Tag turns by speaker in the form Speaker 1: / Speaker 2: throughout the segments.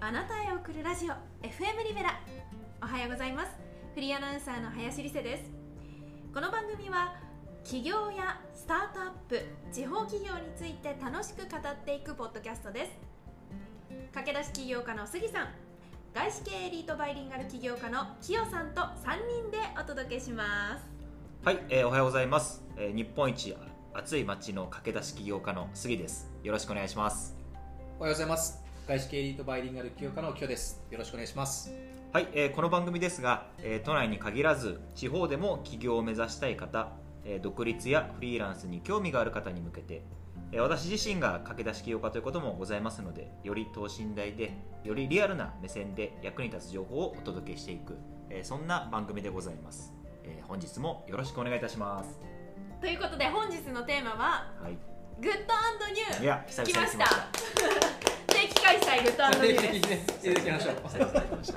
Speaker 1: あなたへ送るラジオ FM リベラおはようございますフリーアナウンサーの林理瀬ですこの番組は企業やスタートアップ地方企業について楽しく語っていくポッドキャストです駆け出し起業家の杉さん外資系エリートバイリンガル起業家のキヨさんと3人でお届けします
Speaker 2: はい、えーおはようございます、えー日本一暑い街の駆け出し起業家の杉ですよろしくお願いします
Speaker 3: おはようございます。外資系エリートバイリンガル企業家のキヨです。よろしくお願いします。
Speaker 2: はい、えーこの番組ですが、えー都内に限らず地方でも起業を目指したい方、えー独立やフリーランスに興味がある方に向けて、えー私自身が駆け出し起業家ということもございますのでより等身大でよりリアルな目線で役に立つ情報をお届けしていく、えーそんな番組でございます、えー本日もよろしくお願いいたします
Speaker 1: ということで本日のテーマは
Speaker 2: はい、
Speaker 1: グッドニュー
Speaker 2: いや久々に来まし
Speaker 1: 来ました
Speaker 2: た
Speaker 1: 定期開催グッドニューです
Speaker 3: 入れていきましょう。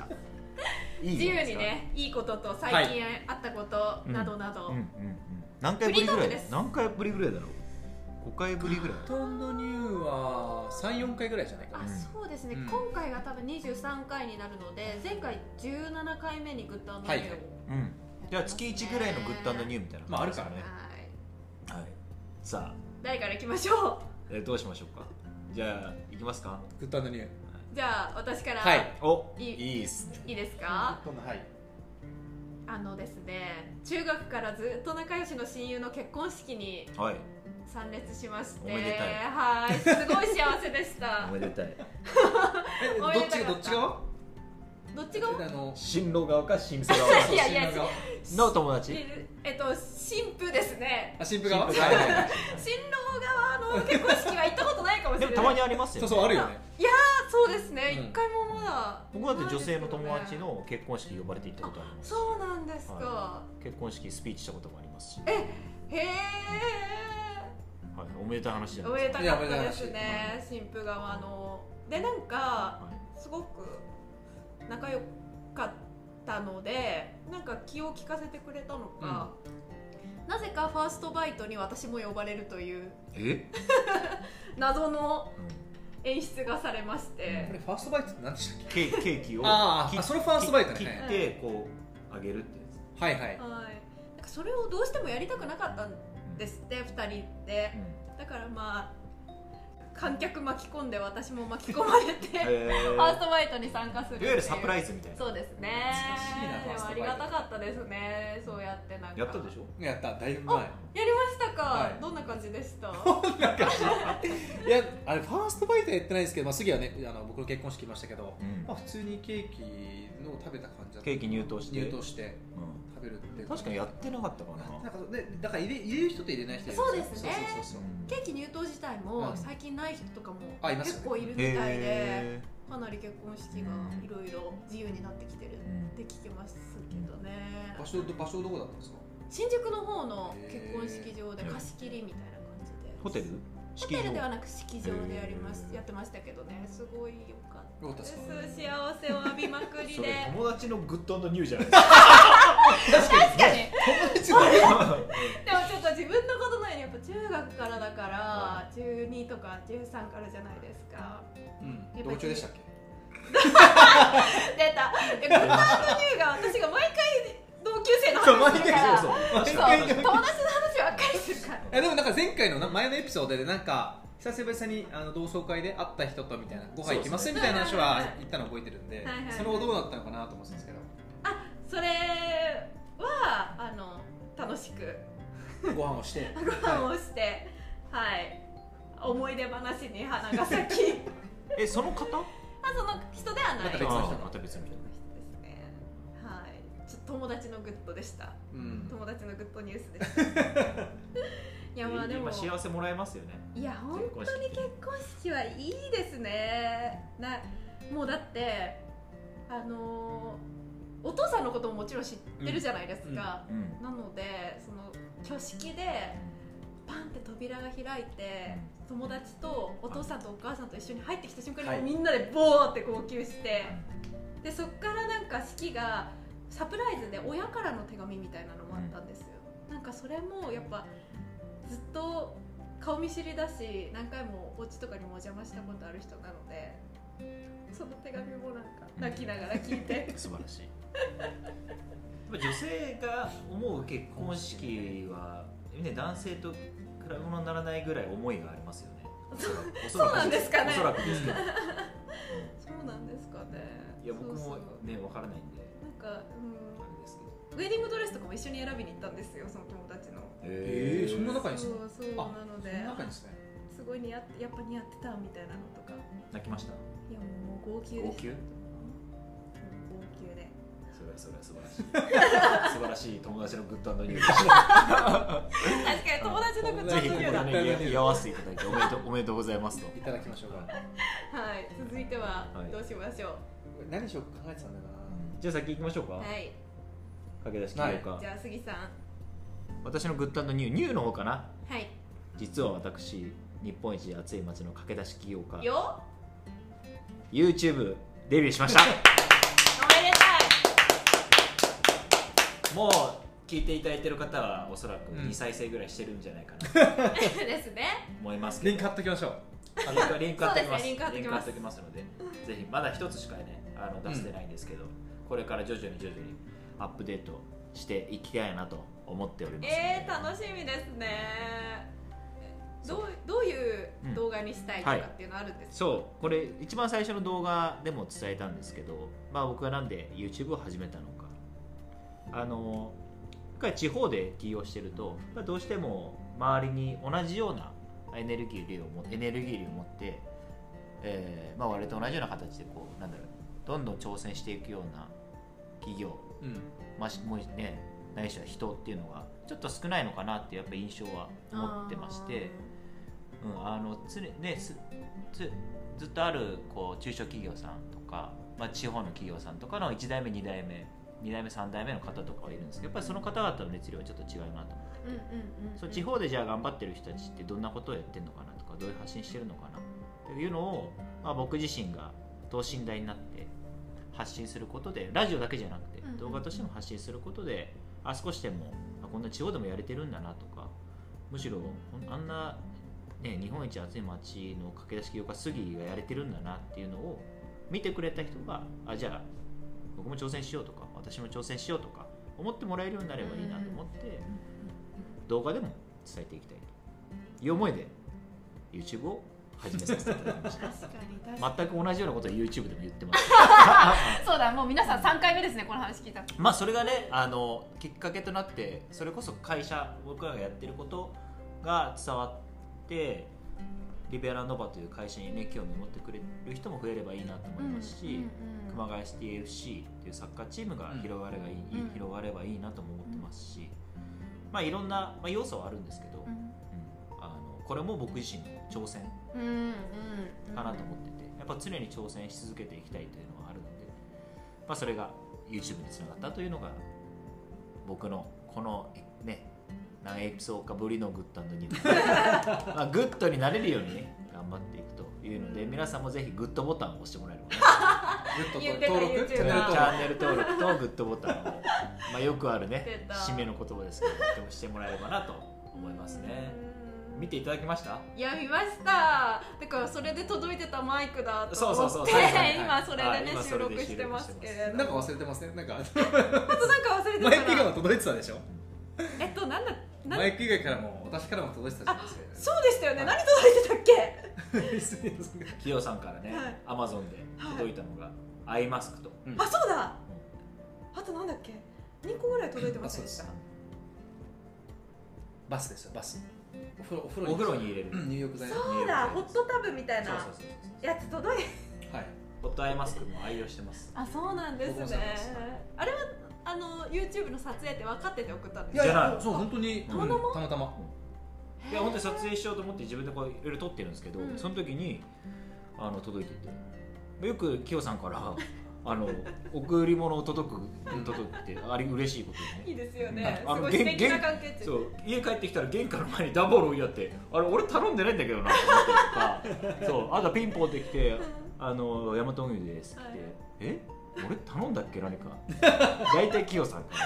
Speaker 1: 自由
Speaker 2: いいじゃないです
Speaker 1: に
Speaker 2: か
Speaker 1: ねいいことと最近あったことなどなど、
Speaker 2: うんうんうん何回ぶりぐら
Speaker 1: フリートーク
Speaker 2: い
Speaker 1: です
Speaker 2: 何回ぶりぐらいだろう5回ぶりぐらい
Speaker 3: トンドニューは3、4回ぐらいじゃないかな。
Speaker 1: あそうですね、
Speaker 3: うん
Speaker 1: 今回が多分23回になるので前回17回目にグッドアンドニューを、
Speaker 3: はい
Speaker 2: うんじゃあ月1ぐらいのグッドニューみたいな
Speaker 3: まああ
Speaker 2: 感
Speaker 3: る
Speaker 2: じ
Speaker 3: か
Speaker 2: です
Speaker 3: らね
Speaker 1: はい
Speaker 2: はいさあ
Speaker 1: 誰からいきましょ
Speaker 2: えーどうしましょうかじゃあ行きますか
Speaker 3: グッドアンドニュー。
Speaker 1: う じゃあ私から、
Speaker 3: はい。
Speaker 2: お
Speaker 1: い
Speaker 2: い
Speaker 1: い
Speaker 2: いっすね
Speaker 1: いいですか
Speaker 3: 今度はい。
Speaker 1: あのですね中学からずっと仲良しの親友の結婚式に
Speaker 2: はい
Speaker 1: 参列しまして
Speaker 2: おめでたい
Speaker 1: はいすごい幸せでした
Speaker 2: おめでたい
Speaker 3: え、ど
Speaker 1: お
Speaker 3: っ
Speaker 1: めでた
Speaker 3: ち
Speaker 1: かっ
Speaker 3: が
Speaker 1: た
Speaker 3: どっち側
Speaker 1: どっちが
Speaker 3: あの、
Speaker 2: 新郎側か新婦側
Speaker 1: いやいや
Speaker 3: 新郎側
Speaker 2: の友達
Speaker 1: えっと新婦ですね
Speaker 3: あ、新婦側
Speaker 2: 新婦側
Speaker 3: はいはいはい
Speaker 1: 新郎側の結婚式は行ったことないかもし
Speaker 2: で
Speaker 1: れな
Speaker 2: も
Speaker 1: い
Speaker 2: たまにありますよ
Speaker 3: そう
Speaker 2: ね
Speaker 3: そう、あるよね。
Speaker 1: あそうですね一、
Speaker 3: うん
Speaker 1: 回もまだ
Speaker 2: 僕だって女性の友達の結婚式呼ばれて行ったことあります
Speaker 1: そうなんですか、
Speaker 2: 結婚式スピーチしたこともありますし
Speaker 1: えへえ
Speaker 2: はいおめでたい話じゃな
Speaker 1: お
Speaker 2: い
Speaker 1: め
Speaker 2: で
Speaker 1: ですたかったですね新婦側のでなん
Speaker 2: か
Speaker 1: か
Speaker 2: はい
Speaker 1: すごく仲良かったのでなんか気を利かせてくれたのか、なぜかファーストバイトに私も呼ばれるという
Speaker 2: え
Speaker 1: 謎の
Speaker 2: うん
Speaker 1: 演出がされまして
Speaker 3: こ、れ、ファーストバイトって何でしたっけ
Speaker 2: ケーケーキを
Speaker 3: あーあ、それファーストバイト
Speaker 2: 切
Speaker 3: ね
Speaker 2: っ。てこうあげるってやつ
Speaker 3: はいはい。
Speaker 1: はい、なんかそれをどうしてもやりたくなかったんですって2人で
Speaker 2: うん
Speaker 1: だからまあ観客巻き込んで私も巻き込まれて、
Speaker 2: へー
Speaker 1: ファーストバイトに参加するって
Speaker 2: いわ
Speaker 1: い
Speaker 2: ゆ
Speaker 1: う
Speaker 2: るサプライズみたいな
Speaker 1: そうですね
Speaker 3: 懐かしいな
Speaker 1: で
Speaker 3: ファース
Speaker 1: もあ
Speaker 3: トバイ
Speaker 1: り
Speaker 3: ト
Speaker 1: がたかったですねそうやってなんか
Speaker 2: やったでしょ
Speaker 3: やった、だいぶ前。
Speaker 1: やりましたか、
Speaker 3: はい
Speaker 1: どんな感じでした
Speaker 3: なんかいやあれファーストバイトはやってないですけど、まあ、次はねあの僕の結婚式行きましたけど、
Speaker 2: うん
Speaker 3: まあ、普通にケーキのを食べた感じだった
Speaker 2: ケーキ入刀して
Speaker 3: 入刀して
Speaker 2: う
Speaker 3: 食べるっていうん
Speaker 2: 確かにやってなかったかな
Speaker 3: なんかねだから入れ入れる人と入れない人いるんよ
Speaker 1: そうですね
Speaker 3: そうそうそうそう
Speaker 1: ケーキ入刀自体も
Speaker 3: うん
Speaker 1: 最近ない人とかも
Speaker 3: あいます
Speaker 1: 結構いるみたいで、
Speaker 2: へ
Speaker 1: かなり結婚式がいろいろ自由になってきてるっ
Speaker 2: ーうん
Speaker 1: て聞きますけどね
Speaker 3: 場所ど場所どこだったんですか
Speaker 1: 新宿の方の結婚式場で貸し切りみたいな感じで
Speaker 2: ホテル
Speaker 1: ホ
Speaker 2: 式
Speaker 1: テ
Speaker 2: 場
Speaker 1: ルではなく式場でやります
Speaker 2: へー
Speaker 1: やってましたけどねすごい良かっ
Speaker 3: よかった
Speaker 1: たで
Speaker 3: で
Speaker 1: すす
Speaker 3: か
Speaker 1: 幸せを浴びまくり
Speaker 2: そ
Speaker 1: で
Speaker 2: れ 友達のグッドニューじゃないですか
Speaker 1: 確かにで
Speaker 3: 友達の家
Speaker 1: もちょっと自分のことのようにやっぱ中学からだから12とか13からじゃないですか
Speaker 3: うん同居でしたっけ
Speaker 1: 出たいやグッドアンドニュ ーが私が毎回同級生の
Speaker 2: そう毎
Speaker 1: 話するか
Speaker 2: 回
Speaker 1: ら
Speaker 2: そう
Speaker 1: そう
Speaker 2: そう
Speaker 1: 友達の話ばっかりするから
Speaker 3: いやでもなんか前回のな前のエピソードでなんか久しぶりにあの同窓会で会った人とみたいなご飯行きます
Speaker 2: そう
Speaker 1: で
Speaker 3: み
Speaker 1: すね
Speaker 3: たいな話
Speaker 1: はい
Speaker 3: は
Speaker 1: はいはい
Speaker 3: 言ったの覚えてるんで、
Speaker 1: はいはい
Speaker 3: その後どうだったのかなと思ってたんですけど
Speaker 1: それはあの楽しく
Speaker 3: ご飯をして
Speaker 1: ご飯をしてはい思い出話に花が咲き
Speaker 2: えその
Speaker 1: あ
Speaker 2: 方
Speaker 1: その人ではない
Speaker 3: また
Speaker 1: そ
Speaker 3: 別
Speaker 1: の
Speaker 3: の
Speaker 1: 人
Speaker 3: 人
Speaker 2: あーまた別の人
Speaker 1: ですねはいちょっと友達のグッドでした
Speaker 3: うん
Speaker 1: 友達のグッドニュースでしたいやまあでも
Speaker 2: 今幸せもらえますよね
Speaker 1: いや本
Speaker 2: 結婚
Speaker 1: 当に
Speaker 2: 式
Speaker 1: 結婚式はいいですねなもうだってあのーお父さんのことももちろん知ってるじゃないですか、
Speaker 2: うん
Speaker 1: なのでその挙式でパンって扉が開いて友達とお父さんとお母さんと一緒に入ってきた瞬間に、
Speaker 3: はい
Speaker 1: みんなでボーって号泣してでそっからなんか式がサプライズで親からの手紙みたいなのもあったんですよ、なんかそれもやっぱずっと顔見知りだし何回もお家とかにもお邪魔したことある人なのでその手紙もなんか泣きながら聞い て
Speaker 4: 素晴らしい
Speaker 2: やっぱ女性が思う結婚式は、ね、男性と比べ物にならないぐらい思いがありますよねおそらく
Speaker 1: そうなんですかね
Speaker 2: おそらくですけど
Speaker 1: そうなんですかね
Speaker 2: いや僕
Speaker 1: そう
Speaker 2: も
Speaker 1: そう
Speaker 2: ね分からないんで
Speaker 1: なんか、
Speaker 2: あれですけど
Speaker 1: うん、ウェディングドレスとかも一緒に選びに行ったんですよその友達の
Speaker 3: えーそんな中に
Speaker 1: そ
Speaker 3: そう
Speaker 1: そうなので
Speaker 3: その中にです ね
Speaker 1: すごい似合ってやっぱ似合ってたみたいなのとか
Speaker 2: 泣きました
Speaker 1: いやもう号泣でした
Speaker 2: 号泣
Speaker 1: うん号泣で
Speaker 2: それはそれは素 晴らしい素晴らしい友達のグッドニュースでした
Speaker 1: 確かに友達のグッ
Speaker 3: ぜ
Speaker 1: ジ
Speaker 3: ひ
Speaker 1: ョ
Speaker 3: こ
Speaker 1: ブ
Speaker 3: こ
Speaker 1: だ
Speaker 3: でね
Speaker 2: 居合わせていた だいておめでとうおめでとうございますと
Speaker 3: いただきましょうか
Speaker 1: はい続いては
Speaker 2: はい
Speaker 1: どうしましょ
Speaker 3: 何しようか考えてたんだよ
Speaker 2: じゃあ先行きましょうか、
Speaker 1: うはい、
Speaker 2: 駆け出し企業
Speaker 1: じ
Speaker 2: 家
Speaker 1: ゃあ杉さん
Speaker 2: 私のグッドニューニューの方かな
Speaker 1: はい
Speaker 2: 実は私日本一熱い街の駆け出し企業家
Speaker 1: よ
Speaker 2: YouTube デビューしました
Speaker 1: おめでた
Speaker 2: もう聞いていただいてる方はおそらく
Speaker 3: うん
Speaker 2: 2再生ぐらいしてるんじゃないかなと
Speaker 1: いです ね
Speaker 2: 思います
Speaker 3: な
Speaker 2: け
Speaker 3: リンク
Speaker 2: ど
Speaker 3: 貼っときましょう
Speaker 2: あリンクリンク貼っておきます
Speaker 1: そうですねリンク貼っておきます
Speaker 2: リンク貼っておきますのでぜひまだ一つしかねあの出してないんですけど、これから徐々に徐々にアップデートしていきたいなと思っておりますので
Speaker 1: えー、楽しみですねどうどういう動画にしたいとかっていうのあるんですか、
Speaker 2: そうこれ一番最初の動画でも伝えたんですけど、まあ、僕はなんで YouTube を始めたのかあのやっぱり地方で起業してるとやっぱどうしても周りに同じようなエネルギー量をもエネルギー量を持って、えーまあ、我々と同じような形でこうなんだろうどんどん挑戦していくような企業
Speaker 3: うん
Speaker 2: まあ、しもうねないしは人っていうのがちょっと少ないのかなってやっぱり印象は持ってまして。うん、あの常ねすずずっとあるこう中小企業さんとか、まあ、地方の企業さんとかの1代目2代目2代目3代目の方とかはいるんですけどやっぱりその方々の熱量はちょっと違うなと思って
Speaker 1: うんうんうん
Speaker 2: そう地方でじゃあ頑張ってる人たちってどんなことをやってるのかなとかどういう発信してるのかなっていうのを、まあ、僕自身が等身大になって発信することでラジオだけじゃなくて
Speaker 1: うんうん
Speaker 2: 動画としても発信することであ少しでもあこんな地方でもやれてるんだなとかむしろほんあんな、ね、日本一暑い街の駆け出し企業家杉がやれてるんだなっていうのを見てくれた人があじゃあ僕も挑戦しようとか私も挑戦しようとか思ってもらえるようになればいいなと思って、動画でも伝えていきたいという思いで YouTube を始めさせていただきまし た
Speaker 1: 確かに確かに、
Speaker 2: 全く同じようなことを YouTube でも言ってます
Speaker 1: そうだもう皆さん3回目ですねこの話聞いたの
Speaker 2: まあそれがねあのきっかけとなってそれこそ会社僕らがやってることが伝わってリベラノバという会社にね興味を持ってくれる人も増えればいいなと思いますし、
Speaker 1: うん
Speaker 2: 熊谷 STFC というサッカーチームが広がればいい、
Speaker 1: うん
Speaker 2: 広がればいいなとも思ってますし、まあいろんな、まあ、要素はあるんですけど、うんあのこれも僕自身の挑戦
Speaker 1: うんうんうんうん
Speaker 2: かなと思ってて、やっぱ常に挑戦し続けていきたいというのはあるので、まあ、それが YouTube につながったというのが僕のこのね何エピソードかぶりのグッドニュ ーまあグッドになれるようにね頑張っていくというので、
Speaker 1: うん
Speaker 2: 皆さんもぜひグッドボタンを押してもらえればね、
Speaker 3: グ
Speaker 1: 言っ
Speaker 3: ッ
Speaker 1: てた YouTuber
Speaker 3: ド登録チャンネル
Speaker 2: チャンネル登
Speaker 3: 登録
Speaker 2: 録とグッドボタンを、まあ、よくある
Speaker 1: 言っ
Speaker 2: ね
Speaker 1: てた
Speaker 2: 締めの言葉ですけどでもしてもらえればなと思いますね
Speaker 1: うん
Speaker 2: 見ていただきました
Speaker 1: いや見ましただからそれで届いてたマイクだと
Speaker 2: そう
Speaker 1: 思
Speaker 2: そう
Speaker 1: って
Speaker 2: そうはいはいはい
Speaker 1: 今それ
Speaker 2: はい
Speaker 1: でね
Speaker 2: 今
Speaker 1: 収
Speaker 2: それ
Speaker 1: 録
Speaker 2: で
Speaker 1: してますけれど
Speaker 3: なんか忘れてませんなんか
Speaker 1: あとなんか忘れてた
Speaker 3: マイク以外
Speaker 1: ら
Speaker 3: も届いてたでしょ
Speaker 1: えっとなんだなん
Speaker 3: マイク以外からも私からも届いてたじゃないですか
Speaker 1: そうでしたよね何届いてたっけ
Speaker 2: 企業さんからね、
Speaker 1: はい
Speaker 2: Amazon で届いたのが、アイマスクと
Speaker 1: あそうだあとなんだっけ2個ぐらい届いてませんでした
Speaker 3: あそうバスですよバスお風呂お風
Speaker 2: お風呂に入れる、
Speaker 3: うん入浴剤
Speaker 1: そうだホットタブみたい
Speaker 2: そうそ
Speaker 1: な
Speaker 2: うそうそう
Speaker 1: やつ届い
Speaker 3: はい
Speaker 2: ホットアイマスクも愛用してます
Speaker 1: あそうなんです
Speaker 3: 僕も
Speaker 1: ね
Speaker 3: そうなんです
Speaker 1: あれはあの YouTube の撮影って分かってて送ったんです
Speaker 2: いやいや
Speaker 3: そう本当に
Speaker 2: た
Speaker 1: またま
Speaker 3: うんたまたま
Speaker 2: いや本当に撮影しようと思って自分でこういろいろ撮ってるんですけど、
Speaker 1: うん
Speaker 2: その時にあの届いててよく企業さんからあの贈り物を届く届くってあり嬉しいことにね
Speaker 1: いいですよね
Speaker 2: あ
Speaker 1: す
Speaker 2: の
Speaker 1: ごい素敵
Speaker 2: げん
Speaker 1: な関係値
Speaker 2: そう家帰ってきたら玄関の前に段ボール置いてあってあれ俺頼んでないんだけどなと思ってとかそうあとはピンポンってきて「あのヤマト運輸です」って、
Speaker 1: はい
Speaker 2: え俺頼んだっけ 何か大体キヨさんから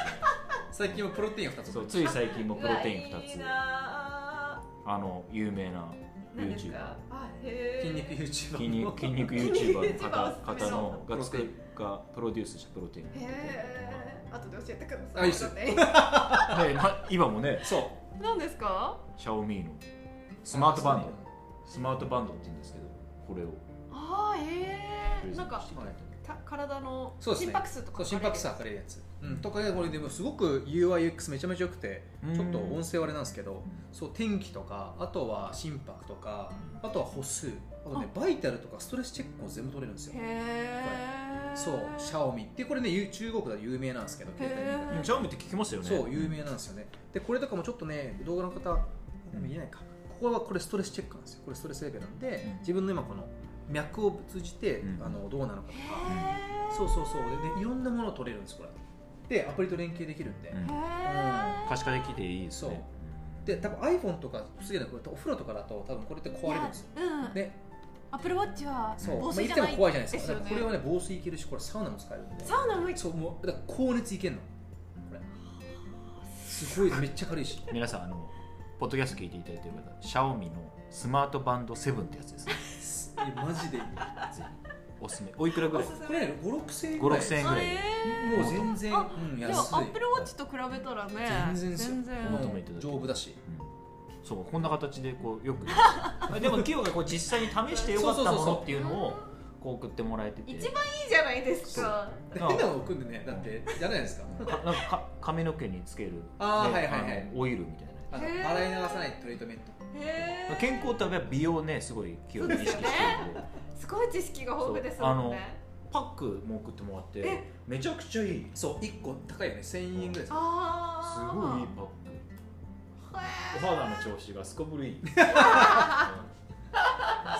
Speaker 3: 最近はプロテインを2つ
Speaker 2: そうつい最近もプロテイン
Speaker 1: うわいい
Speaker 2: 2つ
Speaker 1: なあ
Speaker 2: あの有名な
Speaker 1: 何ですかあへえ
Speaker 3: 筋肉 YouTuber
Speaker 2: 筋 肉筋肉
Speaker 1: 筋
Speaker 2: YouTuber の
Speaker 1: 肉 YouTuber
Speaker 2: 方
Speaker 1: おすすめ
Speaker 2: 方の
Speaker 3: プ
Speaker 2: が
Speaker 3: ロテ
Speaker 2: 作
Speaker 3: イン
Speaker 2: るがプロデュースしたプロテイン
Speaker 1: へえ後で教えてください
Speaker 3: あいいっすよ
Speaker 1: ね
Speaker 2: でな今もね
Speaker 3: そ う
Speaker 1: 何ですか
Speaker 2: シャオミのスマートバンドスマートバンドって言うんですけどこれを
Speaker 1: あー
Speaker 2: プ
Speaker 1: え
Speaker 2: レ
Speaker 1: ー、
Speaker 2: ゼ
Speaker 1: な
Speaker 2: ン
Speaker 1: ん
Speaker 2: ト
Speaker 1: か
Speaker 2: していただいて
Speaker 1: た体の
Speaker 3: そうですね
Speaker 1: 心拍数と
Speaker 3: そ
Speaker 1: か
Speaker 3: う心拍数測
Speaker 1: れ
Speaker 3: れるやつ、うん、とかねこれでもすごく UIUX めちゃめちゃ良くて
Speaker 2: うん
Speaker 3: ちょっと音声あれなんですけどそう天気とかあとは心拍とかあとは歩数あとねバイタルとかストレスチェックも全部取れるんですよ
Speaker 1: へえ
Speaker 3: そうシャオミってこれねゆ中国では有名なんですけど携帯
Speaker 1: へ
Speaker 3: に
Speaker 2: うんシャオミって聞きますよね
Speaker 3: そう有名なんですよねでこれとかもちょっとね動画の方でも見えないかここはこれストレスチェックなんですよこれストレスレベルなんで、
Speaker 2: うん
Speaker 3: 自分の今この脈を通じて、
Speaker 2: うん
Speaker 3: あのどうなのかと
Speaker 1: へ
Speaker 3: か、
Speaker 1: え
Speaker 3: そうそうそうででいろんなものを取れるんですこれでアプリと連携できるんで、
Speaker 2: うん
Speaker 1: へえ
Speaker 2: 可視化できていいですね
Speaker 3: で多分 iPhone とかすげえなこれお風呂とかだと多分これって壊れるんですよ
Speaker 1: いやうん
Speaker 3: で
Speaker 1: アップルウォッチは
Speaker 3: そう、ま
Speaker 1: 防
Speaker 3: あ、言
Speaker 1: 水じゃ
Speaker 3: っても
Speaker 1: ない
Speaker 3: 怖いじゃないですか
Speaker 1: ですよね
Speaker 3: だからこれはね防水いけるしこれサウナも使えるんで
Speaker 1: サウナも行く
Speaker 3: そうもうだから高熱いけんのこれすごいめっちゃ軽いし
Speaker 2: 皆さんあのポッドキャスト聞いていただいている方シャオミのスマートバンド7ってやつですね
Speaker 3: すいやマジでいい
Speaker 2: ぜひおすすめおいくらぐら
Speaker 1: お
Speaker 2: い
Speaker 1: すすめ
Speaker 3: これね56000
Speaker 2: 5 6
Speaker 3: 円ぐらい
Speaker 2: 千円ぐ
Speaker 1: あ
Speaker 2: らい
Speaker 1: れ
Speaker 3: もう全然、
Speaker 1: あ
Speaker 3: うん、
Speaker 1: じゃ
Speaker 3: 安い
Speaker 1: あアップルウォッチと比べたらね
Speaker 3: 全然ですよ
Speaker 1: 全然
Speaker 2: お求めいただける
Speaker 3: 丈夫だし
Speaker 2: うんそうこんな形でこう よくでも企業がこう実際に試してよかったものっていうのをこう送ってもらえてて
Speaker 1: 一番いいじゃないですか
Speaker 2: あ
Speaker 3: 変なの置くんでねだってじゃないですか
Speaker 2: かなんかか髪の毛につける、
Speaker 3: あー
Speaker 2: ね
Speaker 3: はいはいはい
Speaker 2: あのオイルみたいな
Speaker 3: あの
Speaker 1: へー
Speaker 3: 洗い流さないトリートメント
Speaker 1: へえ
Speaker 2: 健康ってやっぱり美容ねすごい気を意識してるんで、
Speaker 1: すごい知識が豊富ですもんね
Speaker 2: パックも送ってもらって
Speaker 1: え
Speaker 2: めちゃくちゃいいす
Speaker 3: そう1個高いよね1000円ぐらいする
Speaker 1: ああ
Speaker 2: ごいいいパックお肌の調子がすこぶるい い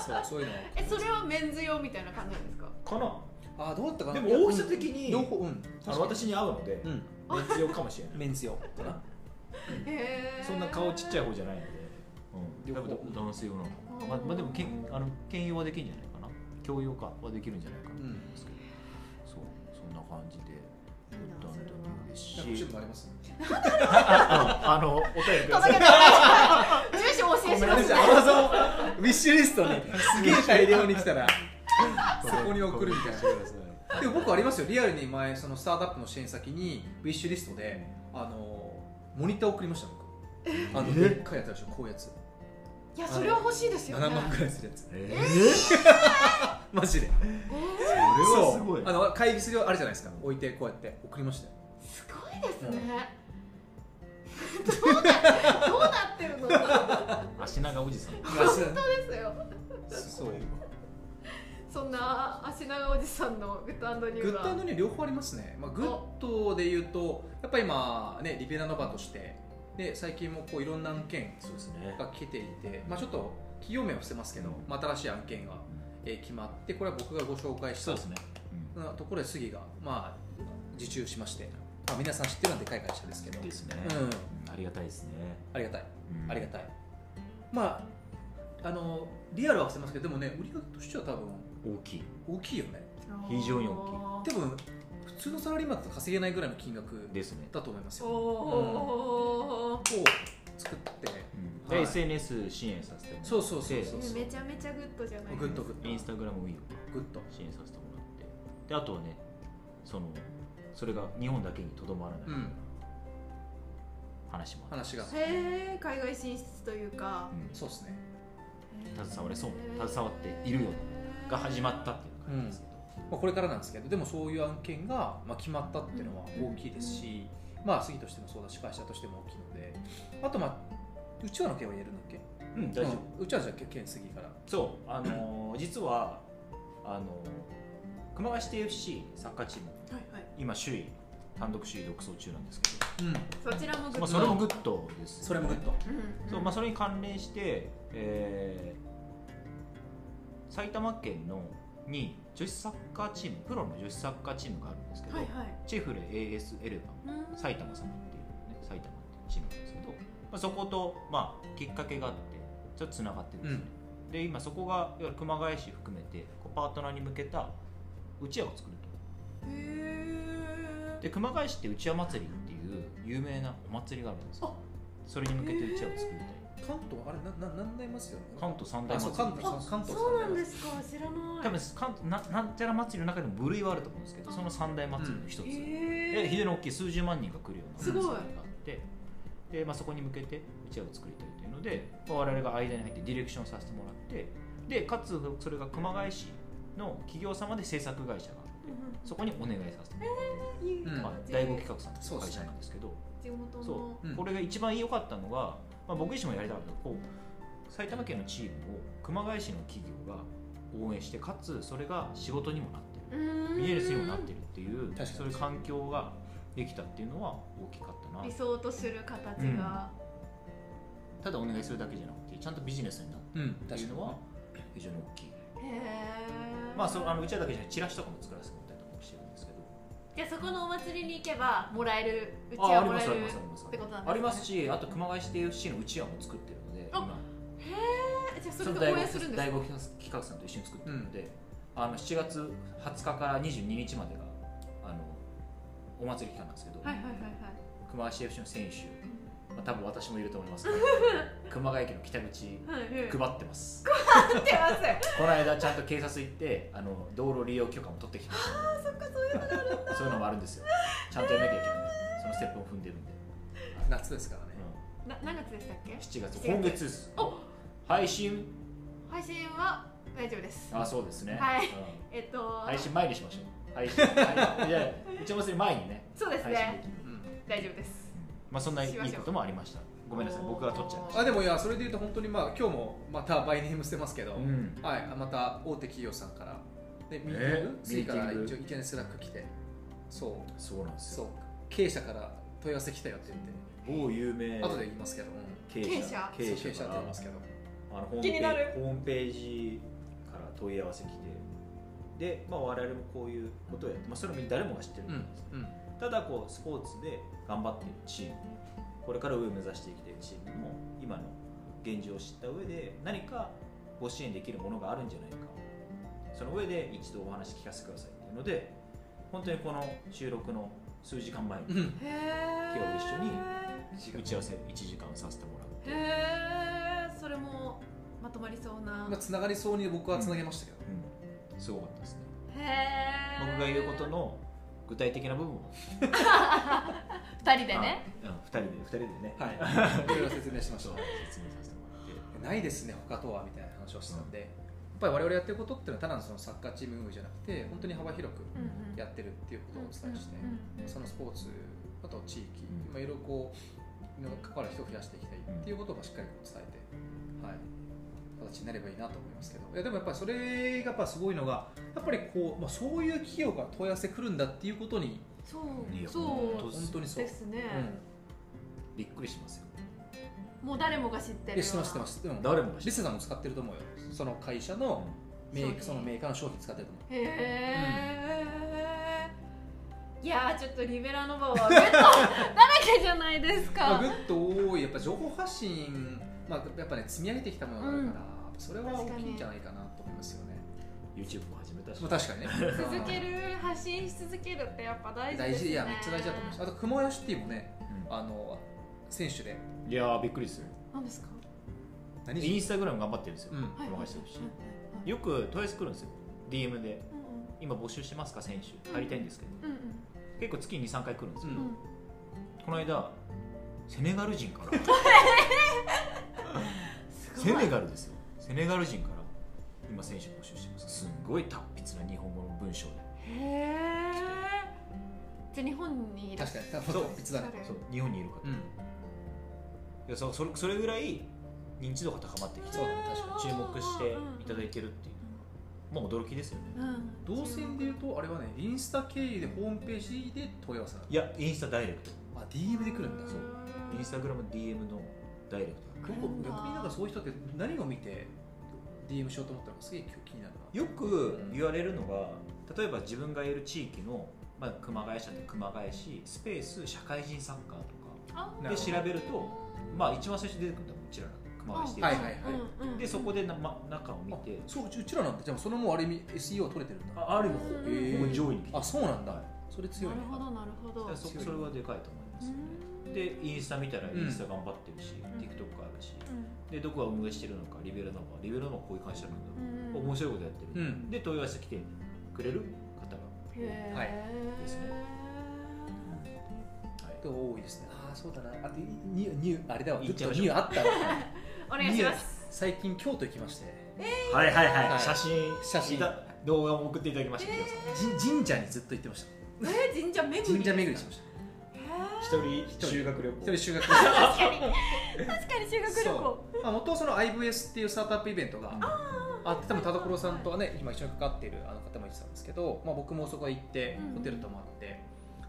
Speaker 3: そうそういうの
Speaker 1: えそれはメンズ用みたいな感じなんですか
Speaker 2: かな
Speaker 3: あーどうだったかな
Speaker 2: でも大きさ的に
Speaker 3: 両方うん
Speaker 2: あの私に合うので
Speaker 3: うん
Speaker 2: 熱用かもしれない
Speaker 3: メンズ用かな
Speaker 1: へえ
Speaker 2: そんな顔ちっちゃい方じゃないので、うん、
Speaker 3: 両
Speaker 2: 多
Speaker 3: 方
Speaker 2: 分男性用なのか
Speaker 1: う
Speaker 2: な、
Speaker 1: ん
Speaker 2: まあまあ、でもけんあの兼用はできるんじゃないかな共用化はできるんじゃないかな
Speaker 3: う
Speaker 2: と思うん
Speaker 3: ん
Speaker 2: ですけど、そうそんな感じで
Speaker 1: いいな
Speaker 2: だんだん嬉し
Speaker 3: なんかシュ
Speaker 2: い
Speaker 3: ートあります
Speaker 2: ああのあのお便りくださ
Speaker 1: 届
Speaker 2: い
Speaker 1: けたい住所教えしますね
Speaker 3: アマゾンウィッシュリストにすげえ大量に来たら そこに送るみたいなでも僕ありますよリアルに前そのスタートアップの支援先にウィッシュリストであのモニター送りました僕あの
Speaker 2: え
Speaker 3: でっかいやつあるでしょこういうやつ
Speaker 1: いやそれは欲しいですよね
Speaker 3: 7万くらいするやつ
Speaker 2: え
Speaker 3: マジで
Speaker 2: それ
Speaker 1: え
Speaker 2: はすごい
Speaker 3: そうあの会議するあるじゃないですか置いてこうやって送りましたよ
Speaker 1: ーすごいですねどうなどうなってるの本
Speaker 2: 足長おじさん
Speaker 1: 当ですよ
Speaker 3: そう
Speaker 1: そんな足長おじさんのグッドニュ
Speaker 3: グ
Speaker 1: ー
Speaker 3: ッ
Speaker 1: が
Speaker 3: ドに両方ありますね、まあ、グッドで言うとやっぱり今ねリペラノバとしてで最近もこういろんな案件
Speaker 2: そうですね
Speaker 3: が来ていて、まあ、ちょっと企業名は伏せますけど、まあ、新しい案件が、えー決まってこれは僕がご紹介し
Speaker 2: そ
Speaker 3: た
Speaker 2: うですね、
Speaker 3: なところで杉が、まあ、受注しまして、まあ、皆さん知ってるのはでかい会社ですけ
Speaker 2: う
Speaker 3: ど
Speaker 2: ん、ですね、
Speaker 3: うん、
Speaker 2: ありがたいですね、
Speaker 3: ありがたい
Speaker 2: うん
Speaker 3: ありがたいまああのリアルは伏せますけどでもね売り上げとしては多分
Speaker 2: 大きい
Speaker 3: 大きいよね
Speaker 2: 非常に大
Speaker 3: 多分普通のサラリーマンだと稼げないぐらいの金額
Speaker 2: ですね、
Speaker 3: だと思います
Speaker 1: お
Speaker 3: よを
Speaker 1: お
Speaker 3: 作って
Speaker 2: うん
Speaker 3: は
Speaker 2: で
Speaker 3: い
Speaker 2: SNS 支援させてもらって
Speaker 3: そうそうそうそう
Speaker 1: ー、めちゃめちゃグッドじゃない
Speaker 3: グッドグッド
Speaker 2: インスタグラムウィー
Speaker 3: グッと
Speaker 2: 支援させてもらってであとはねそのそれが日本だけにとどまら
Speaker 3: う
Speaker 2: ない
Speaker 3: ん
Speaker 2: 話もある
Speaker 3: 話が
Speaker 1: へえ海外進出というか
Speaker 2: うん
Speaker 3: そうですね
Speaker 2: 携われそう携わっているよが始まったっていう感じですけど、
Speaker 3: まあ、これからなんですけどでもそういう案件が、まあ、決まったっていうのは大きいですし、まあ杉としてもそうだし会社としても大きいのであとまあうちわの件は言えるんだっけ
Speaker 2: うん大丈夫、
Speaker 3: うんうちわじゃあ件杉から
Speaker 2: そうあのー実はあのー熊谷市 TFC サッカーチーム
Speaker 1: はいはい
Speaker 2: 今首位単独首位独走中なんですけ
Speaker 3: うん
Speaker 1: そちらもグッ
Speaker 2: ど、まあ、
Speaker 1: ド
Speaker 2: それもグッドです、
Speaker 3: それもグッド
Speaker 1: うん
Speaker 2: そうまあ、それに関連して、えー埼玉県のに女子サッカーチームプロの女子サッカーチームがあるんですけど、
Speaker 1: はいはい
Speaker 2: チェフレ AS エル
Speaker 1: う
Speaker 2: バ
Speaker 1: ん
Speaker 2: 埼玉様っていう、ね、埼玉っていうチームなんですけど、まあ、そこと、まあ、きっかけがあってちょっとつながってるんですよね、で今そこがいわゆる熊谷市含めてこうパートナーに向けたうちわを作る
Speaker 1: へ
Speaker 2: と
Speaker 1: え
Speaker 2: で熊谷市ってうちわ祭りっていう有名なお祭りがあるんですよ
Speaker 1: あ
Speaker 2: それに向けてうちわを作りたい
Speaker 3: 関東あれなな何台ますよね
Speaker 2: 関東三大
Speaker 3: あそ
Speaker 2: 祭り
Speaker 3: う関東
Speaker 1: あ
Speaker 3: さ関東
Speaker 1: そうなんですすか知らない
Speaker 2: 多分関東ななんちゃら祭りの中でも部類はあると思うんですけどその三大祭りの一つ、
Speaker 1: へ
Speaker 2: で非常
Speaker 1: え
Speaker 2: に大きい数十万人が来るような
Speaker 1: すごい
Speaker 2: 祭りがあってで、まあ、そこに向けてうちわを作りたいというので、まあ我々が間に入ってディレクションさせてもらってでかつそれが熊谷市の企業様で制作会社があってそこにお願いさせてもらって、
Speaker 1: いい
Speaker 3: うん
Speaker 2: まあ
Speaker 1: 感、じ
Speaker 2: 第五企画さんという会社なんですけど
Speaker 1: 地元の
Speaker 2: そう
Speaker 3: うん
Speaker 2: これが一番良かったのが、まあ、僕自身もやりたかったこう埼玉県のチームを熊谷市の企業が応援してかつそれが仕事にもなってる
Speaker 1: うーん
Speaker 2: ビジネスにもなってるっていう
Speaker 3: 確かに
Speaker 2: そういう環境ができたっていうのは大きかったな
Speaker 1: 理想とする形
Speaker 2: うん
Speaker 1: が、
Speaker 2: ただお願いするだけじゃなくてちゃんとビジネスになる
Speaker 3: うん
Speaker 2: ってい
Speaker 3: 確
Speaker 2: う
Speaker 3: か
Speaker 2: の
Speaker 3: に
Speaker 2: は非常に大きい
Speaker 1: へえ
Speaker 2: まあそのあのうちらだけじゃなくてチラシとかも作らせてもらったりとかもしてるんですけど
Speaker 1: じゃあそこのお祭りに行けばもらえるうち
Speaker 2: あ
Speaker 1: は
Speaker 2: あり
Speaker 1: も
Speaker 2: ま
Speaker 1: らえ
Speaker 2: すあ
Speaker 1: る
Speaker 2: りますあります
Speaker 1: ってことなんですね
Speaker 2: ありますしあと熊谷市 TFC のうちわも作ってるので
Speaker 1: あ
Speaker 2: 今
Speaker 1: へえじゃあそ
Speaker 2: そ
Speaker 1: れ
Speaker 2: の
Speaker 1: で
Speaker 2: 第
Speaker 1: 応
Speaker 2: 5
Speaker 1: 援するんですか
Speaker 2: 企画さんと一緒に作ってるので、あの7月20日から22日までがあのお祭り期間なんですけど、
Speaker 1: はいはいはいはい
Speaker 2: 熊谷市 FC の選手、まあ、多分私もいると思いますけど熊谷駅の北口
Speaker 1: はいはい
Speaker 2: 配ってます
Speaker 1: 配って ます
Speaker 2: この間ちゃんと警察行ってあの道路利用許可も取ってきましたあそっか そういうのもあるんですよちゃんとやんなきゃいけないそのステップを踏んでるんで、
Speaker 3: 夏ですからね
Speaker 2: う
Speaker 1: な何月でしたっけ
Speaker 2: ん、7月
Speaker 1: 月
Speaker 2: 今月です
Speaker 1: お
Speaker 2: 配信
Speaker 1: 配信は大丈夫です
Speaker 2: あそうですね、
Speaker 1: はい
Speaker 2: うん
Speaker 1: えっと
Speaker 2: 配信前にしましょ う。配信はいいやいや、うちの祭り前にね。
Speaker 1: そうです
Speaker 2: 配信で
Speaker 1: ね
Speaker 2: きる。
Speaker 3: うん
Speaker 1: 大丈夫です
Speaker 2: まあそんないい
Speaker 1: しましょう
Speaker 2: こともありました。ごめんなさい、僕が取っちゃいました。
Speaker 3: あでもいやそれで言うと本当にまあ今日もまたバイネームしてますけど、
Speaker 2: うん。
Speaker 3: はいまた大手企業さんからでミーティング、
Speaker 2: え
Speaker 3: 次から
Speaker 2: ミーティング
Speaker 3: 一応イケネスラック来てそう
Speaker 2: そうなんです
Speaker 3: そう
Speaker 2: よ。
Speaker 3: 経営者から問い合わせ来たよって言って、
Speaker 2: 某有名
Speaker 3: 後で言いますけど、うん
Speaker 2: 経
Speaker 1: 営者
Speaker 2: 経営
Speaker 3: そう経営
Speaker 2: 者
Speaker 3: 者
Speaker 2: か
Speaker 3: って
Speaker 2: ら
Speaker 3: 言いますけど
Speaker 2: あのホームペ
Speaker 1: 気にな
Speaker 2: ー
Speaker 1: る
Speaker 2: ジホームページから問い合わせ来て、で、まあ我々もこういうことをやって、まあそれも誰もが知ってる
Speaker 3: うん
Speaker 2: んです。
Speaker 3: うん
Speaker 2: ただこうスポーツで頑張ってるチームこれから上を目指していきたいチームも今の現状を知った上で何かご支援できるものがあるんじゃないかその上で一度お話聞かせてくださいっていうので本当にこの収録の数時間前に
Speaker 3: うん
Speaker 1: へえ
Speaker 2: 今日一緒に打
Speaker 3: う
Speaker 2: ち合わせ1時間させても
Speaker 1: へ
Speaker 2: らって、
Speaker 1: えそれもまとまりそうな
Speaker 3: まあ、つながりそうに僕はつなげましたけど、
Speaker 2: うん、すごかったですね
Speaker 1: へえ
Speaker 2: 僕が言うことの具体的な部分を
Speaker 1: 二人でね
Speaker 2: あうん、2人で2人でね、
Speaker 3: はいいろいろ説明しまし
Speaker 2: そ
Speaker 3: た
Speaker 2: う説明させてもらって
Speaker 3: ないですね他とはみたいな話をしてたんで、やっぱり我々やってることっていうのはただのそのサッカーチームじゃなくて本当に幅広く
Speaker 1: うんうん
Speaker 3: やってるっていうことをお伝えして、
Speaker 1: うんうんうん
Speaker 3: そのスポーツあと地域、
Speaker 2: うん
Speaker 3: まあいろいろこうの関わる人を増やしていきたいっていうことをしっかり伝えて、はい、形になればいいなと思いますけどいやでもやっぱりそれがやっぱすごいのがやっぱりこう、まあ、そういう企業から問い合わせ来るんだっていうことに
Speaker 1: そ
Speaker 2: いうや
Speaker 1: そう
Speaker 2: 本
Speaker 3: 本当にそう。
Speaker 1: ですね、
Speaker 2: びっくりしますよ
Speaker 1: もう誰もが知って
Speaker 3: うん、
Speaker 1: る
Speaker 3: いや知ってます知ってますす。でも
Speaker 2: 誰もが知ってる
Speaker 3: リスさんも使ってると思うよ。その会社のメ
Speaker 1: 商品
Speaker 3: ーカーそのメーカーの商品使ってると思う。
Speaker 1: へえ、いやーちょっとリベラノバはグッドだらけじゃないです
Speaker 3: まあ、
Speaker 1: か
Speaker 3: グッと多いやっぱ情報発信、まあ、やっぱね積み上げてきたものがあるから、それは大きいんじゃないかなと思いますよね。
Speaker 2: YouTube も始めたし
Speaker 3: まあ、確かにね
Speaker 1: 続ける発信し続けるってやっぱ大事
Speaker 3: 大
Speaker 1: ですね
Speaker 3: 事いやめっちゃ大事だと思いますあと熊谷シティもね
Speaker 2: うん
Speaker 3: あの選手で
Speaker 2: いやーびっくりですよ
Speaker 1: 何ですか
Speaker 3: 何
Speaker 2: インスタグラム頑張ってるんですよ、
Speaker 3: うん
Speaker 1: はい
Speaker 2: ごまかしてるし
Speaker 1: はい
Speaker 2: よく問い合わせ来るんですよ DM で
Speaker 1: うんうん
Speaker 2: 今募集してますか選手入りたいんですけど、
Speaker 1: うん
Speaker 2: 結構月に23回来るんですよ、
Speaker 3: う
Speaker 1: うんうん
Speaker 2: この間セネガル人から
Speaker 1: すごい
Speaker 2: セネガルですよセネガル人から今選手募集してますすんごい達筆な日本語の文章で
Speaker 1: へえじゃあ日本にいらっ
Speaker 3: 確
Speaker 1: し
Speaker 3: か
Speaker 1: ゃ
Speaker 3: に
Speaker 1: る
Speaker 3: 多分別だね
Speaker 1: 誰
Speaker 2: そう日本にいる方、
Speaker 3: う
Speaker 2: い
Speaker 3: ん
Speaker 2: やそそれそれぐらい認知度が高まってきて
Speaker 3: そうだね確か
Speaker 2: 注目していただいてるっていうもう驚きですよね
Speaker 1: うんうん
Speaker 3: に動線でいうとあれはねインスタ経由でホームページで問い合わせだ
Speaker 2: いやインスタダイレクト
Speaker 3: あ DM で来るんだ
Speaker 2: そうインスタグラム DM のダイレクト
Speaker 3: 結構逆になんかそういう人って何を見て DM しようと思ったのかすげえ気になるな
Speaker 2: よく言われるのが例えば自分がいる地域の、まあ、熊谷市だって熊谷市スペース社会人サッカーと
Speaker 1: あ
Speaker 2: か
Speaker 3: な
Speaker 2: で
Speaker 3: るほど
Speaker 2: 調べると、まあ、一番最初に出てくるのはうちらの熊谷市で,、
Speaker 3: はいはい
Speaker 1: うんうん
Speaker 2: でそこでな、ま、中を見て
Speaker 3: あそううちうちらなんてじゃあそのもうある意味 SEO 取れてるんだ
Speaker 2: あある意
Speaker 1: うん
Speaker 2: 味ほぼ上位に来て
Speaker 3: あそうなんだ
Speaker 2: は
Speaker 3: それ強い
Speaker 1: な
Speaker 3: ね
Speaker 1: るほどなるほ
Speaker 2: い
Speaker 1: ど
Speaker 2: だからそそれはでかいと思いますよね、
Speaker 1: う
Speaker 2: でインスタ見たらイ
Speaker 3: うん
Speaker 2: ンスタ頑張ってるし、TikTok あるしでどこが運営してるのかリベラノバリベラノバこういう会社なんだ、
Speaker 1: うん
Speaker 2: 面白いことやってる、
Speaker 3: うん
Speaker 2: で問い合わせてきてくれる方が、
Speaker 1: へー
Speaker 3: はい
Speaker 2: ですね
Speaker 3: と多いですねああそうだなあとニューニューあれだわ
Speaker 2: 言
Speaker 3: ず
Speaker 2: っ
Speaker 3: っ
Speaker 2: ちゃい
Speaker 3: と
Speaker 2: ま
Speaker 3: ニ
Speaker 2: しょう
Speaker 3: ューあったわ
Speaker 1: お願いします
Speaker 3: 最近京都行きまして
Speaker 2: はい、はいはい
Speaker 3: はい
Speaker 2: 写真
Speaker 3: 写真
Speaker 2: いた動画も送っていただきました、
Speaker 1: えー
Speaker 2: 木田さん
Speaker 3: じ神社にずっと行ってまし
Speaker 1: えー神社巡
Speaker 3: た
Speaker 1: り
Speaker 3: 神社巡りしました
Speaker 2: 一人修学旅
Speaker 3: 一
Speaker 2: 行
Speaker 3: 人修学旅行
Speaker 1: 確かに確かに修学旅行
Speaker 3: そう、まあ、元はその IVS っていうスタートアップイベントがあって多分田所さんとはね今一緒に関わっているあの方も言ってたんですけど、まあ、僕もそこへ行って
Speaker 1: うん
Speaker 3: ホテル泊まって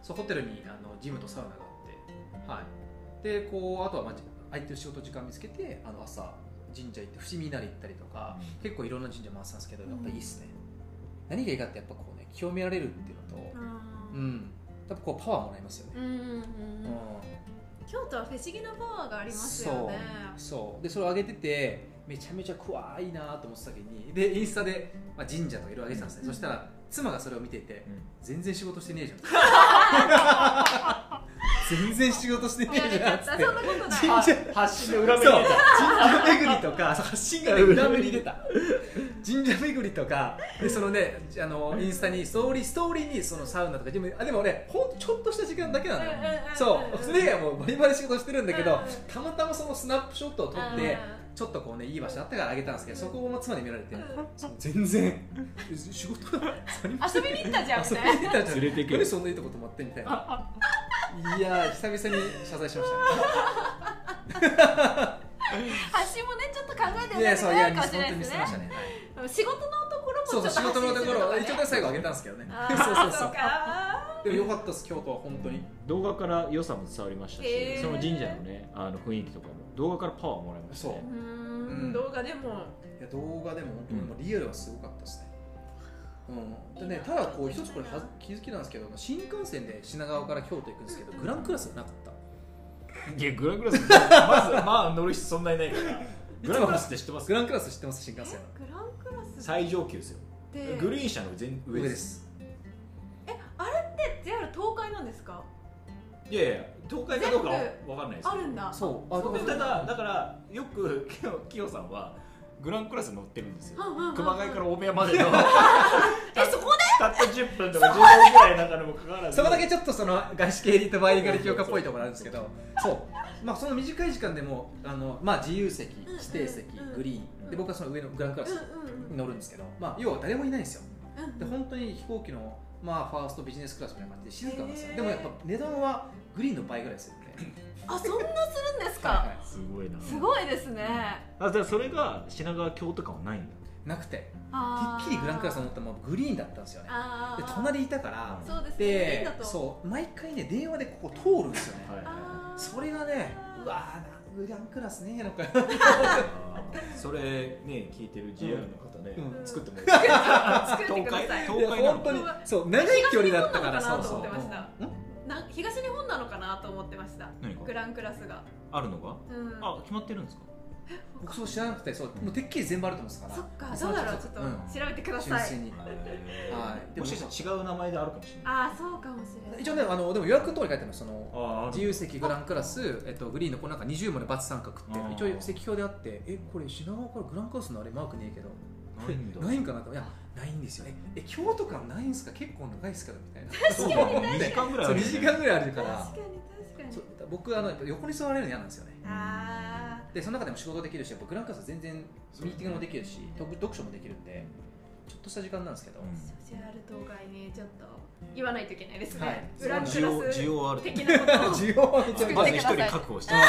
Speaker 3: そうホテルにあのジムとサウナがあって、はい、でこうあとは、まあ、じ空いてる仕事時間見つけてあの朝神社行って伏見稲荷行ったりとか結構いろんな神社回ってたんですけどやっぱいいっすね、何がいいかってやっぱこうね清められるっていうのと、う
Speaker 1: あ
Speaker 3: ん、やっぱこうパワーもらえますよね
Speaker 1: ー、うんうん
Speaker 3: う
Speaker 1: うん
Speaker 3: ん
Speaker 1: 京都は不思議なパワーがありますよね
Speaker 3: そうそうでそれを上げててめちゃめちゃ怖いなと思ってた時にでインスタで、まあ、神社とかいろいろ上げてたんですね、
Speaker 1: うん
Speaker 3: そしたら妻がそれを見てて全然仕事してねえ じゃん全然仕事してねえ
Speaker 1: や
Speaker 3: じ
Speaker 1: か
Speaker 3: ゃんっ
Speaker 1: っ
Speaker 3: つ
Speaker 1: た そ
Speaker 3: っ
Speaker 1: ん
Speaker 3: て
Speaker 1: なことない
Speaker 3: 神社
Speaker 2: 発信の裏
Speaker 3: 裏
Speaker 2: 目
Speaker 3: 目
Speaker 2: に
Speaker 3: に
Speaker 2: 出
Speaker 3: 出
Speaker 2: た
Speaker 3: 神社巡りとかそう発信がね裏目に出た神社巡りとかでそのねあのインスタにストーリーストーリーにそのサウナとかジムあでも俺ほんとちょっとした時間だけなのよ
Speaker 1: うんうんうんうん
Speaker 3: そうそれ以外はもうバリバリ仕事してるんだけ
Speaker 1: うん
Speaker 3: ど
Speaker 1: うん
Speaker 3: たまたまそのスナップショットを撮っ
Speaker 1: うんうん
Speaker 3: てちょっとこうねいい場所あったからあげたんですけどそこも妻に見られて
Speaker 1: うん
Speaker 3: 全然仕事だ遊びに
Speaker 1: 遊びに行ったじゃんみ
Speaker 3: 遊
Speaker 1: た
Speaker 3: び
Speaker 1: いな
Speaker 3: に行ったじゃん
Speaker 2: 連れてけ
Speaker 3: 何そんないいとこ泊まってみたいないやー久々に謝罪しましたね
Speaker 1: 発信もねちょっと考えてな
Speaker 3: いや
Speaker 1: いと
Speaker 3: やそうい
Speaker 1: な
Speaker 3: や
Speaker 1: いかもしれない
Speaker 3: 本当に見
Speaker 1: です
Speaker 3: せ
Speaker 1: ね
Speaker 3: ましたね。
Speaker 1: 仕事のところもち
Speaker 3: そ
Speaker 1: ょ
Speaker 3: う
Speaker 1: っ
Speaker 3: そう
Speaker 1: と
Speaker 3: 仕事のところ
Speaker 1: 発信する
Speaker 3: 一応
Speaker 1: とかね
Speaker 3: 最後上げたんですけどね。
Speaker 1: あ
Speaker 3: そう
Speaker 1: ー
Speaker 3: そう
Speaker 1: そ
Speaker 3: そうう。
Speaker 1: か
Speaker 3: でも良かったです京都は本当に。
Speaker 2: 動画から良さも伝わりましたし、
Speaker 1: へー
Speaker 2: その神社のねあの雰囲気とかも動画からパワーもらいました
Speaker 3: そう
Speaker 2: ね
Speaker 1: うー
Speaker 3: うんん
Speaker 1: 動画でも
Speaker 3: いや動画でも本当にもうリアルはすごかったですね。うん、でねただこう一つこれは気づきなんですけど新幹線で品川から京都行くんですけどグランクラスがなかった。
Speaker 2: いやグランクラスまずまあ乗る人そんなにいないから グランクラスって知ってます
Speaker 3: グランクラス知ってます新幹線の
Speaker 1: グランクラスっ
Speaker 2: 最上級ですよ
Speaker 1: て
Speaker 2: グリーン車の全上
Speaker 3: 上
Speaker 2: で
Speaker 3: ですす。
Speaker 1: えあれって JR 東海なんですか
Speaker 2: いやいや東海かどうかは分かんないです
Speaker 1: あ
Speaker 2: け
Speaker 1: るんだ
Speaker 3: そうあ
Speaker 2: ど
Speaker 3: でも
Speaker 2: ただだからよくキヨキヨさんはグランクラス乗ってるんですよ
Speaker 1: うんうんうんうん
Speaker 2: 熊谷から大部屋までの
Speaker 1: えそこ
Speaker 2: たった10分とか15分ぐらいなのにもかかわらず
Speaker 3: そこだけちょっとその外資系エリートバイリンガル評価っぽいところあるんですけどそう、まあ、その短い時間でもあの、まあ、自由席
Speaker 1: うん
Speaker 3: 指定席
Speaker 1: うん
Speaker 3: グリーンで僕はその上のグランクラス
Speaker 1: うんうん
Speaker 3: に乗るんですけど、まあ、要は誰もいないんですよ
Speaker 1: うん
Speaker 3: で本当に飛行機の、まあ、ファーストビジネスクラスみたいな感じで静かなんです
Speaker 1: へー
Speaker 3: よでもやっぱ値段はグリーンの倍ぐらいするんで
Speaker 1: あそんなするんですか、
Speaker 3: はいは
Speaker 2: すごいな
Speaker 1: すごいですね
Speaker 2: あじゃあそれが品川京とかはないんだ
Speaker 3: いなくてて
Speaker 1: あー
Speaker 3: っきりグランクラス乗ったらもうグリーンだったんですよね
Speaker 1: あ
Speaker 3: で
Speaker 1: ー
Speaker 3: 隣いたから
Speaker 1: そうですねいいん
Speaker 3: で
Speaker 1: だと
Speaker 3: そう毎回ね電話でここ通るんですよね、
Speaker 2: はい
Speaker 1: あー
Speaker 3: それがねうわーなグランクラスねえのか
Speaker 2: それね聞いてる JR の方ね、
Speaker 3: うん
Speaker 2: 作ってもらって
Speaker 1: 作ってください
Speaker 2: 東海
Speaker 3: いや本当にそう長い距離だったから
Speaker 1: 東海
Speaker 3: そう
Speaker 1: 道
Speaker 3: そう
Speaker 1: なのかなと思ってま
Speaker 3: うん
Speaker 1: な東日本なのかなと思ってました
Speaker 2: 何
Speaker 1: グ
Speaker 2: か
Speaker 1: ランクラスが、
Speaker 2: あるのが
Speaker 1: うん、
Speaker 2: あ決まってるんですか
Speaker 3: 僕そう知らなくてそうもうてっきり全部あると思ってたから
Speaker 1: そっかどうだろうちょっと調べてくださ
Speaker 3: 純
Speaker 1: い、
Speaker 3: 粋にはい
Speaker 2: もしかしたら違う名前であるかもしれない
Speaker 1: ああそうかもしれない
Speaker 3: 一応ねあのでも予約のとこに書いてあるのその
Speaker 2: あ
Speaker 3: 自由席グランクラス、えっと、グリーンのこのなんか20ものバツ三角って
Speaker 2: あー
Speaker 3: 一応席表であってえこれ品川からグランクラスのあれマークねえけど
Speaker 2: ないんだ
Speaker 3: ないんかなといやないんですよねえ京都からないんすか結構長いっすからみたいな
Speaker 2: そうだね2時間ぐらい
Speaker 3: そ
Speaker 2: あ
Speaker 3: う
Speaker 2: る
Speaker 3: 2時間ぐらいあるから
Speaker 1: 確かに確か
Speaker 3: そう
Speaker 1: に
Speaker 3: 僕あのやっぱ横に座られるの嫌なんですよね
Speaker 1: あ
Speaker 3: でその中でも仕事できるしやっぱグランカスは全然ミーティングもできるし読読書もできるんでちょっとした時間なんですけど、
Speaker 2: うん
Speaker 1: あジェラル東海ねちょっと言わないといけないですね、
Speaker 3: はい
Speaker 1: グランク
Speaker 2: 需要
Speaker 1: ラ
Speaker 2: 需
Speaker 1: ス
Speaker 2: 要はある
Speaker 1: 的な ことを
Speaker 3: 需要はめちゃめちゃ
Speaker 1: 作っ
Speaker 2: まず
Speaker 1: てくだ
Speaker 2: 一
Speaker 1: さ
Speaker 2: 人
Speaker 1: い
Speaker 2: 確保して
Speaker 3: はい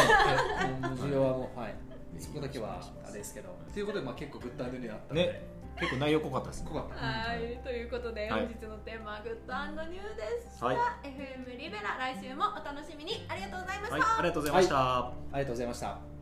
Speaker 3: 需要はもうはいそこだけはあれですけどということでまあ結構グッドアイドルにあったので、
Speaker 2: ね結構内容濃かったですね
Speaker 3: 濃かった
Speaker 1: はい、ということで
Speaker 2: は
Speaker 1: 本
Speaker 2: い
Speaker 1: 日のテーマはグッドアンドニューです、
Speaker 2: はい、はい、
Speaker 1: FM リベラ来週もお楽しみにありがとうございました、
Speaker 2: ありがとうございました、
Speaker 3: ありがとうございました